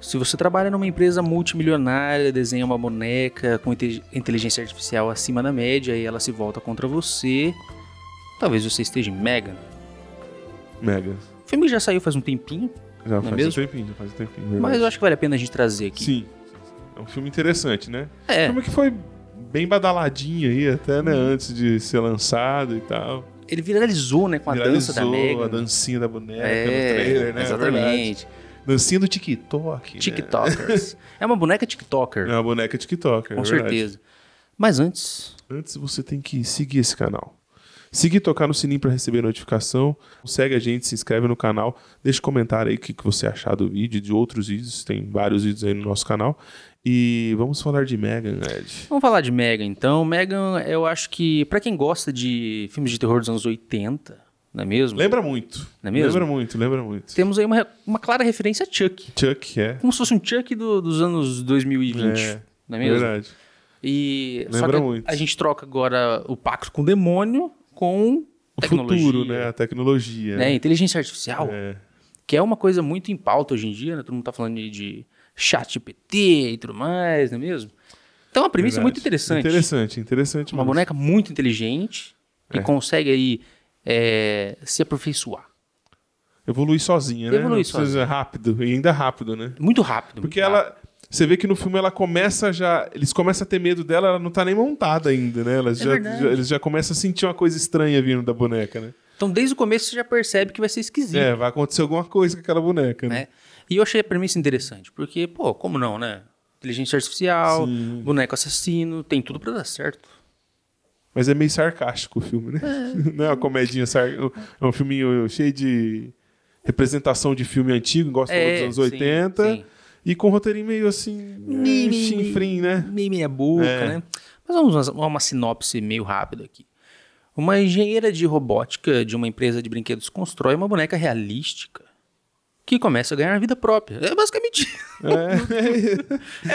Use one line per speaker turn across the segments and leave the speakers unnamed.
Se você trabalha numa empresa multimilionária, desenha uma boneca com inte- inteligência artificial acima da média e ela se volta contra você, talvez você esteja em Megan.
Mega.
O filme já saiu faz um tempinho,
Já faz
mesmo?
um tempinho, já faz um tempinho. verdade.
mas eu acho que vale a pena a gente trazer aqui.
Sim. É um filme interessante, né? Um
É, Uhum.
filme que foi bem badaladinho aí até, né? Antes de ser lançado e tal.
ele viralizou, né, com a dança da
Viralizou
Megan.
A dancinha da boneca
é,
no trailer, né? É verdade.
exatamente.
Dancinha do TikTok. né?
TikTokers. é uma boneca TikToker,
É uma boneca TikToker, é
com
verdade.
certeza. Mas antes,
Antes você tem que seguir esse canal. Seguir e tocar no sininho para receber notificação. Segue a gente, se inscreve no canal. Deixa um comentário aí o que, que você achar do vídeo, de outros vídeos. Tem vários vídeos aí no nosso canal. E vamos falar de Megan, Ed.
vamos falar de Megan então. Megan, eu acho que pra quem gosta de filmes de terror dos anos 80, não é mesmo?
Lembra muito.
Não é mesmo?
Lembra muito, lembra muito.
Temos aí uma, uma clara referência a Chuck.
Chuck, é.
Como se fosse um Chuck do- dos anos 2020,
É,
não é mesmo?
Verdade.
E só
Lembra
que
muito.
a gente troca agora o pacto com o demônio com
O
tecnologia,
futuro, né? A tecnologia.
né? Inteligência artificial,
É.
que é uma coisa muito em pauta hoje em dia, né? Todo mundo tá falando de- de chat PT e tudo mais, não é mesmo? Então a premissa é muito
verdade.
interessante.
Interessante, interessante.
Uma
mesmo.
boneca muito inteligente que
É.
consegue aí é, se aperfeiçoar.
Evolui sozinha, né?
Evolui
Não precisa- Rápido, e ainda rápido, né?
Muito rápido.
Porque
muito
ela. Você vê que no filme ela começa já. Eles começam a ter medo dela, ela não tá nem montada ainda, né? Elas
É
já,
verdade.
já- eles já começam a sentir uma coisa estranha vindo da boneca, né?
Então, desde o começo, você já percebe que vai ser esquisito.
É, vai acontecer alguma coisa com aquela boneca, né?
né? E eu achei a premissa interessante, porque, pô, como não, né? Inteligência artificial,
Sim.
boneco assassino, tem tudo pra dar certo.
Mas é meio sarcástico o filme, né? Não é uma comedinha sar... É um filminho cheio de representação de filme antigo, gosta
É,
dos anos
sim,
80.
sim.
E com um roteirinho meio assim.
Ni,
é,
ni,
chinfrim, né?
Meio meia boca,
É.
né? Mas vamos a uma, uma sinopse meio rápida aqui. Uma engenheira de robótica de uma empresa de brinquedos constrói uma boneca realística que começa a ganhar vida própria. É basicamente
É.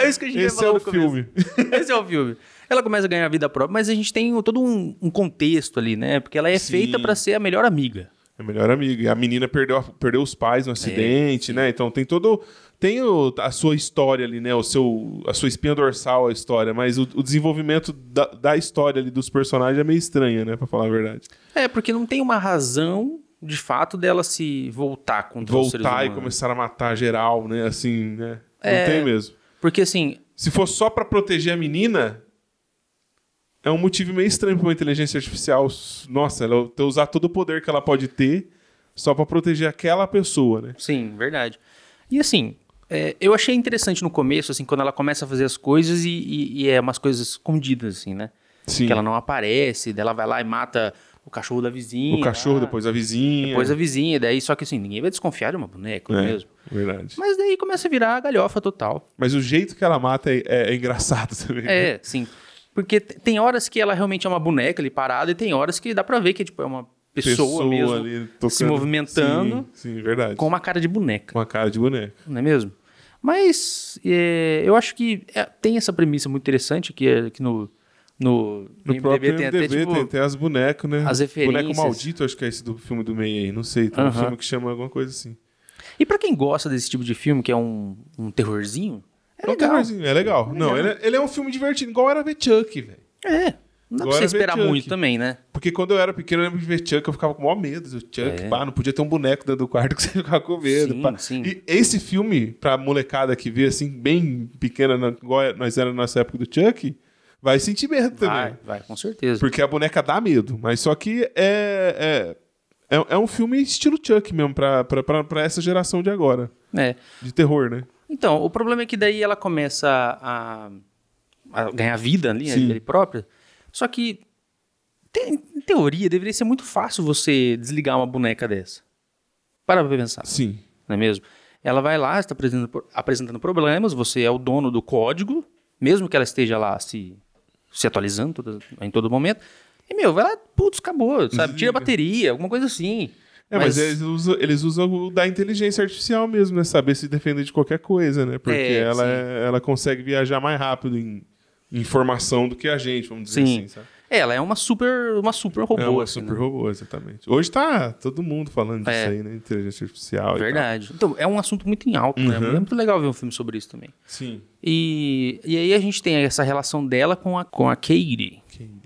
É isso que a gente ia
Esse é
falar
o
no começo.
filme.
Esse é o filme. Ela começa a ganhar vida própria, mas a gente tem todo um, um contexto ali, né? Porque ela é
Sim.
feita pra ser a melhor amiga.
É a melhor amiga. E a menina perdeu, a- perdeu os pais
É,
no acidente, né? Então tem todo. Tem o- a sua história ali, né? O seu, a sua espinha dorsal, a história. Mas o, o desenvolvimento da, da história ali dos personagens é meio estranha, né? Pra falar a verdade.
É, porque não tem uma razão, de fato, dela se voltar contra Então, os seres
Voltar
humanos.
e começar a matar geral, né? Assim, né? Não
É.
tem mesmo.
Porque, assim,
Se for só pra proteger a menina, é um motivo meio estranho pra uma inteligência artificial. Nossa, ela ter usar todo o poder que ela pode ter só pra proteger aquela pessoa, né?
sim, verdade. E, assim, é, eu achei interessante no começo, assim, quando ela começa a fazer as coisas e, e- e é umas coisas escondidas, assim, né?
Sim.
Que ela não aparece, daí ela vai lá e mata o cachorro da vizinha.
O cachorro,
lá,
depois a vizinha.
Depois a vizinha, daí só que assim, ninguém vai desconfiar de uma boneca, não é
É,
mesmo?
Verdade.
Mas daí começa a virar a galhofa total.
Mas o jeito que ela mata é, é- é engraçado também. né?
É, sim. Porque t- tem horas que ela realmente é uma boneca ali parada e tem horas que dá pra ver que tipo, é uma pessoa, mesmo
ali tocando.
se movimentando
Sim, sim, verdade.
com
Com
uma cara de boneca,
uma cara de boneca.
não é mesmo? Mas é, eu acho que é, tem essa premissa muito interessante que, é, que no, no,
No próprio
tem
MDB
até tipo...
tem até as bonecas, né?
as referências.
Boneco Maldito, acho que é esse do filme do meio aí. Não sei, tem um
Aham.
filme que chama alguma coisa assim.
E pra quem gosta desse tipo de filme, que é um, um terrorzinho, é,
É, um
legal.
terrorzinho, é legal. Não, ele é, ele é um filme divertido, igual era ver Chuck, velho.
É, não dá pra
Agora
você
vê
esperar
Chuck.
muito também, né?
Porque quando eu era pequeno, eu lembro de ver Chuck, eu ficava com o maior medo do Chuck.
É.
Pá, não podia ter um boneco dentro do quarto que você ficava com medo.
Sim,
pá.
sim.
E esse filme, pra molecada que vê, assim, bem pequena, na- igual é, nós era na nossa época do Chuck, vai sentir medo
Vai,
também.
vai, com certeza.
Porque a boneca dá medo. Mas só que é... é... é- é um filme estilo Chuck mesmo, pra, pra, pra, pra essa geração de agora.
É.
De terror, né?
Então, o problema é que daí ela começa a, a ganhar vida ali,
Sim.
ali própria. Só que, te- em teoria, deveria ser muito fácil você desligar uma boneca dessa. Para pra pensar,
Sim.
não é mesmo? Ela vai lá, está apresentando, pro- apresentando problemas, você é o dono do código, mesmo que ela esteja lá se, se atualizando toda- em todo momento. E, meu, vai lá, putz, acabou, sabe? Tira a
Desliga.
bateria, alguma coisa assim.
É, mas, eles, usam, eles usam o da inteligência artificial mesmo, né? Saber se defender de qualquer coisa, né? Porque
É,
ela,
sim.
é- ela consegue viajar mais rápido em informação do que a gente, vamos dizer
Sim.
assim, sabe?
Ela é uma super, uma super robô.
é uma
assim, né?
super robô, exatamente. Hoje tá todo mundo falando disso
É.
aí, né? Inteligência artificial. e tal.
Verdade. Então, é um assunto muito em alta, né?
Uhum.
É muito legal ver um filme sobre isso também.
Sim.
E, e aí a gente tem essa relação dela com a, com a Katie,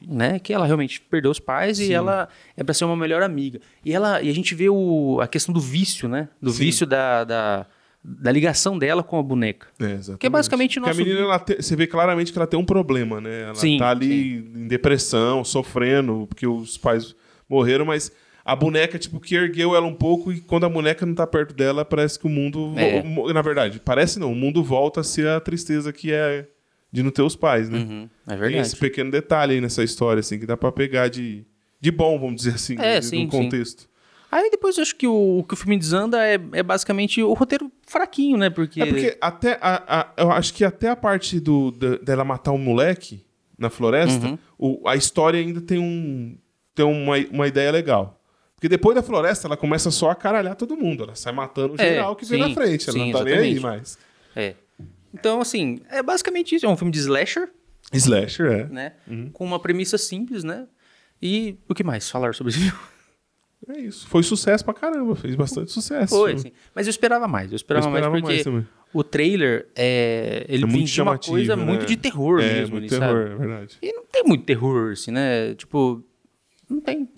né? Que ela realmente perdeu os pais e ela é pra ser uma melhor amiga. E ela e a gente vê o, a questão do vício, né? Do
Sim.
vício da, da, da ligação dela com a boneca.
É, exatamente.
Que é basicamente o
Porque
nosso-
a menina, ela te- você vê claramente que ela tem um problema, né? Ela
Sim,
tá ali em depressão, sofrendo, porque os pais morreram, mas a boneca, tipo, que ergueu ela um pouco e quando a boneca não tá perto dela, parece que o mundo... vo-
É.
mo- Na verdade, parece não. O mundo volta a ser a tristeza que é de não ter os pais,
É
né? Tem
verdade.
esse pequeno detalhe aí nessa história, assim, que dá pra pegar de, de bom, vamos dizer assim,
É,
de-
sim, sim.
no contexto.
Aí depois eu acho que o, o que o filme desanda é, é basicamente o roteiro fraquinho, né? Porque.
É porque até a, a- eu acho que até a parte do, da- dela matar um moleque na floresta,
Uhum.
o- a história ainda tem, um, tem uma, uma ideia legal. Porque depois da floresta, ela começa só a caralhar todo mundo. Ela sai matando o
É,
geral que vem
sim,
na frente. Ela
sim,
não tá nem aí
exatamente.
mais.
É. Então, assim, é basicamente isso. É um filme de slasher,
Slasher, é.
né? Com uma premissa simples, né? E o que mais falar sobre esse filme?
É isso. Foi sucesso pra caramba. Fez bastante sucesso.
Foi, assim. Mas eu esperava mais. Eu esperava,
Eu esperava
mais porque
mais também.
o trailer, é, ele
É muito
vendia uma
chamativo,
coisa
né?
muito de terror
é,
mesmo.
muito
ali, sabe?
terror, é verdade.
E não tem muito terror, assim, né? Tipo, não tem.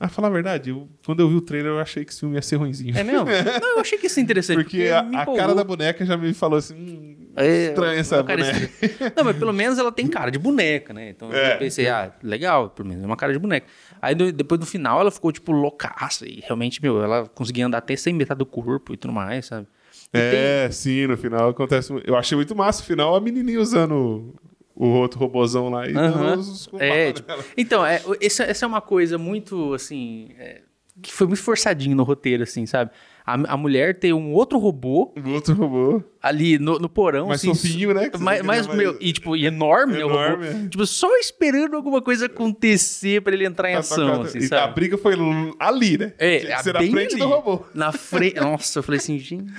Ah, falar a verdade, eu- quando eu vi o trailer, eu achei que esse filme ia ser ruimzinho.
É mesmo? não, eu achei que ia ser interessante.
Porque a,
me
a
empolgou.
cara da boneca já me falou assim... Hum,
É,
estranha essa
uma cara
boneca.
estranha. Não, mas pelo menos ela tem cara de boneca, né? Então
É.
eu pensei, ah, legal, pelo menos é uma cara de boneca. Aí do- depois do final ela ficou, tipo, loucaça. E realmente, meu, ela conseguia andar até sem metade do corpo e tudo mais, sabe? E tem-
É, sim, no final acontece. mu- Eu achei muito massa o final a menininha usando o o outro robozão lá e
Aham.
dando os combates
É,
nela.
tipo, então, é, o- essa, essa é uma coisa muito, assim, é, que foi muito forçadinho no roteiro, assim, sabe? A, a mulher ter um outro robô
O outro robô.
ali no, no porão,
Mais
Então, assim,
fofinho, né? Que você
Mas,
fica
mas,
mais-
meu, e tipo, e enorme, né, o
Enorme,
robô?
é.
Tipo, só esperando alguma coisa acontecer pra ele entrar em
Tá
ação,
tocando-
assim,
e
sabe?
a briga foi l- ali, né?
É,
Tinha que
a-
ser na
bem
frente
ali.
do robô.
Na frente. Nossa, eu falei assim, gente.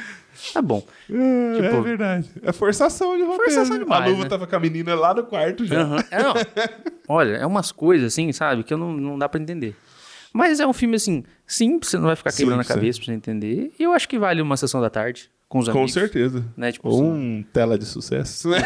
Tá bom.
É,
Tipo-
é verdade. É forçação de roteiro.
Forçação
né?
demais,
A luva
né?
tava com a menina lá no quarto já.
Aham. É, não. Olha, é umas coisas assim, sabe, que eu não, não dá pra entender. Mas é um filme assim, simples, você não vai ficar quebrando
Simples,
a cabeça pra você entender. E eu acho que vale uma sessão da tarde com os
Com
amigos.
certeza.
Né, tipo,
Ou um tela de sucesso, né?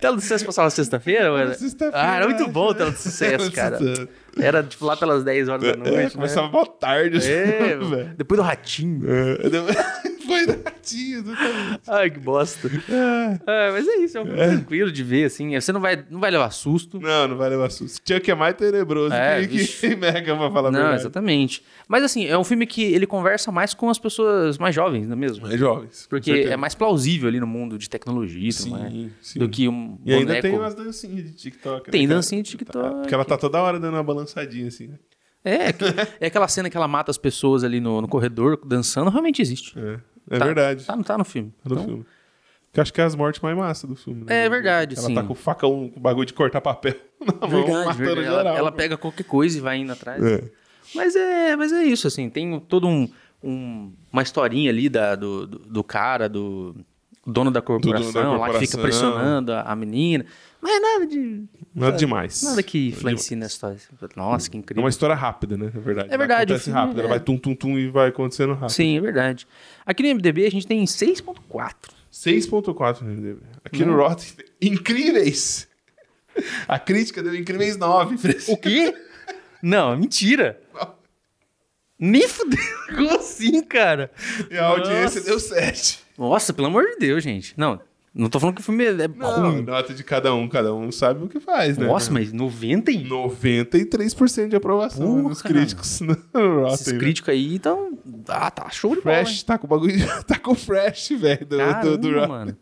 Tela do Sucesso passava sexta-feira? ou era?
Sexta-feira,
Ah, era
eu
muito
acho,
bom o
né?
Tela do Sucesso, cara.
Sucesso.
Era tipo lá pelas 10 horas da
É,
noite. né?
começava mal tarde. assim,
É,
velho.
depois do ratinho.
É. Foi ratinho, exatamente.
Ai, que bosta.
Ah.
Ah, mas é isso, é um filme tranquilo de ver, assim. Você não vai, não vai levar susto.
Não, não vai levar susto. Tinha que é mais tenebroso
É,
que, que Mega, pra falar a
Não,
é verdade.
exatamente. Mas assim, é um filme que ele conversa mais com as pessoas mais jovens, não é mesmo?
É jovens. com
Porque
certeza.
é mais plausível ali no mundo de tecnologia e tudo mais,
Sim, sim.
do que um boneco.
E ainda tem umas dancinhas de TikTok. né,
Tem
cara?
dancinha de
Tá,
TikTok.
Porque ela tá toda hora dando uma balançadinha, assim. né?
É, que- é aquela cena que ela mata as pessoas ali no, no corredor dançando, realmente existe.
É, é
Tá-
verdade.
Tá, tá no filme.
É do
Então,
filme. Que acho que é as mortes mais massas do filme.
É verdade,
Ela
sim.
tá com o facão, com o bagulho de cortar papel na mão,
verdade,
matando
verdade.
geral.
Ela, ela pega qualquer coisa e vai indo atrás.
É.
Mas é, mas é isso, assim, tem todo um, um- uma historinha ali da, do, do, do cara, do dono da corporação, lá que fica
corporação.
pressionando a, a menina. Mas é nada de.
Nada demais.
Nada que influencie na história. Nossa, que
É
incrível.
uma história rápida, né? É verdade.
É verdade,
Acontece
o filme
rápido. Ela
é-
vai tum-tum-tum e vai acontecendo rápido.
Sim, é verdade. Aqui no MDB a gente tem 6.4.
6.4 no IMDb. Aqui
Hum.
no Rotten, incríveis! A crítica deu incríveis 9.
O quê? Não, mentira. Nem fudeu. Como assim, cara?
E a
Nossa.
audiência deu 7.
Nossa, pelo amor de Deus, gente. Não, não tô falando que o filme é é ruim.
Nota de cada um, cada um sabe o que faz, né?
Nossa, mas 90 e
93% de aprovação né,
Porra,
dos críticos no Rotten.
Esses
né?
críticos aí então Ah, tá show de bola.
Fresh,
hein?
tá com o bagulho. Tá com o Fresh, velho, do, do,
Caramba,
do Rotten.
mano.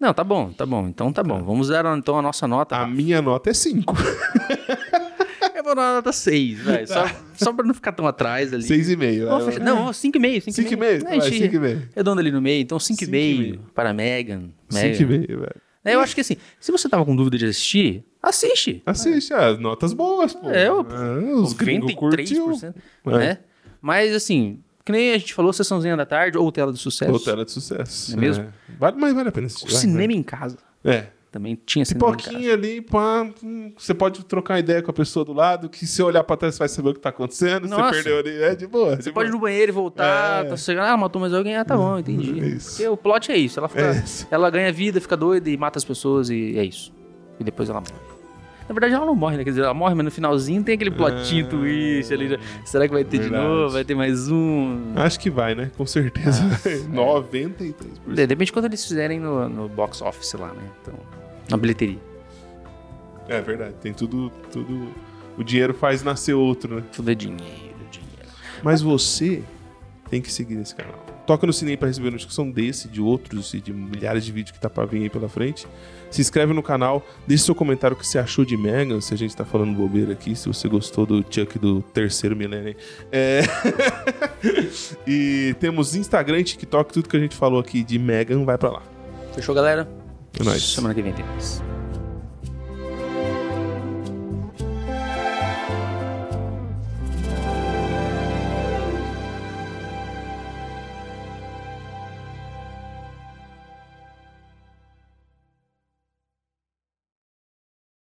Não, tá bom, tá bom. Então tá bom. Vamos dar então a nossa nota.
A minha nota é 5. Tá.
Eu vou dar uma nota 6, velho. Só, só pra não ficar tão atrás ali.
6,5.
Vamos fechar- Não, 5,5.
5,5?
É,
Vai, 5,5.
Redondo ali no meio, então
5,5.
5,5 para Megan. Megan.
5,5, velho.
É, Eu acho que assim, se você tava com dúvida de assistir, assiste.
Assiste, as notas boas, pô.
É, eu-
Ah, os gringos curtiu. É.
93%, né? Mas assim, que nem a gente falou, sessãozinha da tarde ou tela do sucesso.
Ou tela de sucesso.
Não é mesmo?
Vale, mas vale a pena assistir.
O
vai,
cinema em casa.
vai. É,
Também tinha cinema em casa.
Pipoquinha ali, pá. hum, Você pode trocar ideia com a pessoa do lado, que se olhar pra trás você vai saber o que tá acontecendo.
Nossa.
Você perdeu ali. É de boa.
Você pode ir no banheiro e voltar, tá chegando, ah, matou mais alguém, ah, tá bom, entendi.
É isso.
Porque o plot é isso, ela, fica-
É isso.
ela ganha vida, fica doida e mata as pessoas e é isso. E depois ela morre. Na verdade ela não morre, né? Quer dizer, ela morre, mas no finalzinho tem aquele plotinho twist ali. né? Será que vai ter
É, verdade.
de novo? Vai ter mais um?
Acho que vai, né? Com certeza. 93%.
De- Depende de quanto eles fizerem no, no box office lá, né? Então, na bilheteria.
É verdade. Tem tudo, tudo. O dinheiro faz nascer outro, né?
Tudo é dinheiro, dinheiro.
Mas você tem que seguir esse canal. Toca no sininho para receber notificação desse, de outros e de milhares de vídeos que tá para vir aí pela frente. Se inscreve no canal, deixe seu comentário o que você achou de Megan, se a gente tá falando bobeira aqui, se você gostou do Chuck do terceiro milênio. É... e temos Instagram, TikTok, tudo que a gente falou aqui de Megan vai para lá.
Fechou, galera?
É nóis.
Semana que vem tem mais.